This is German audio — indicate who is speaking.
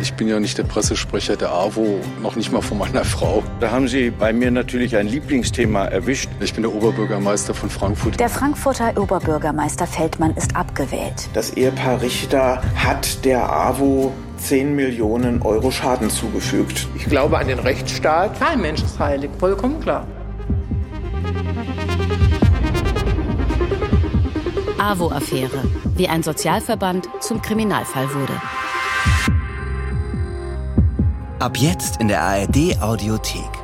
Speaker 1: Ich bin ja nicht der Pressesprecher der AWO, noch nicht mal von meiner Frau.
Speaker 2: Da haben Sie bei mir natürlich ein Lieblingsthema erwischt.
Speaker 1: Ich bin der Oberbürgermeister von Frankfurt.
Speaker 3: Der Frankfurter Oberbürgermeister Feldmann ist abgewählt.
Speaker 4: Das Ehepaar Richter hat der AWO 10 Millionen Euro Schaden zugefügt.
Speaker 5: Ich glaube an den Rechtsstaat.
Speaker 6: Kein Mensch ist heilig, vollkommen klar.
Speaker 7: AWO-Affäre, wie ein Sozialverband zum Kriminalfall wurde.
Speaker 8: Ab jetzt in der ARD Audiothek.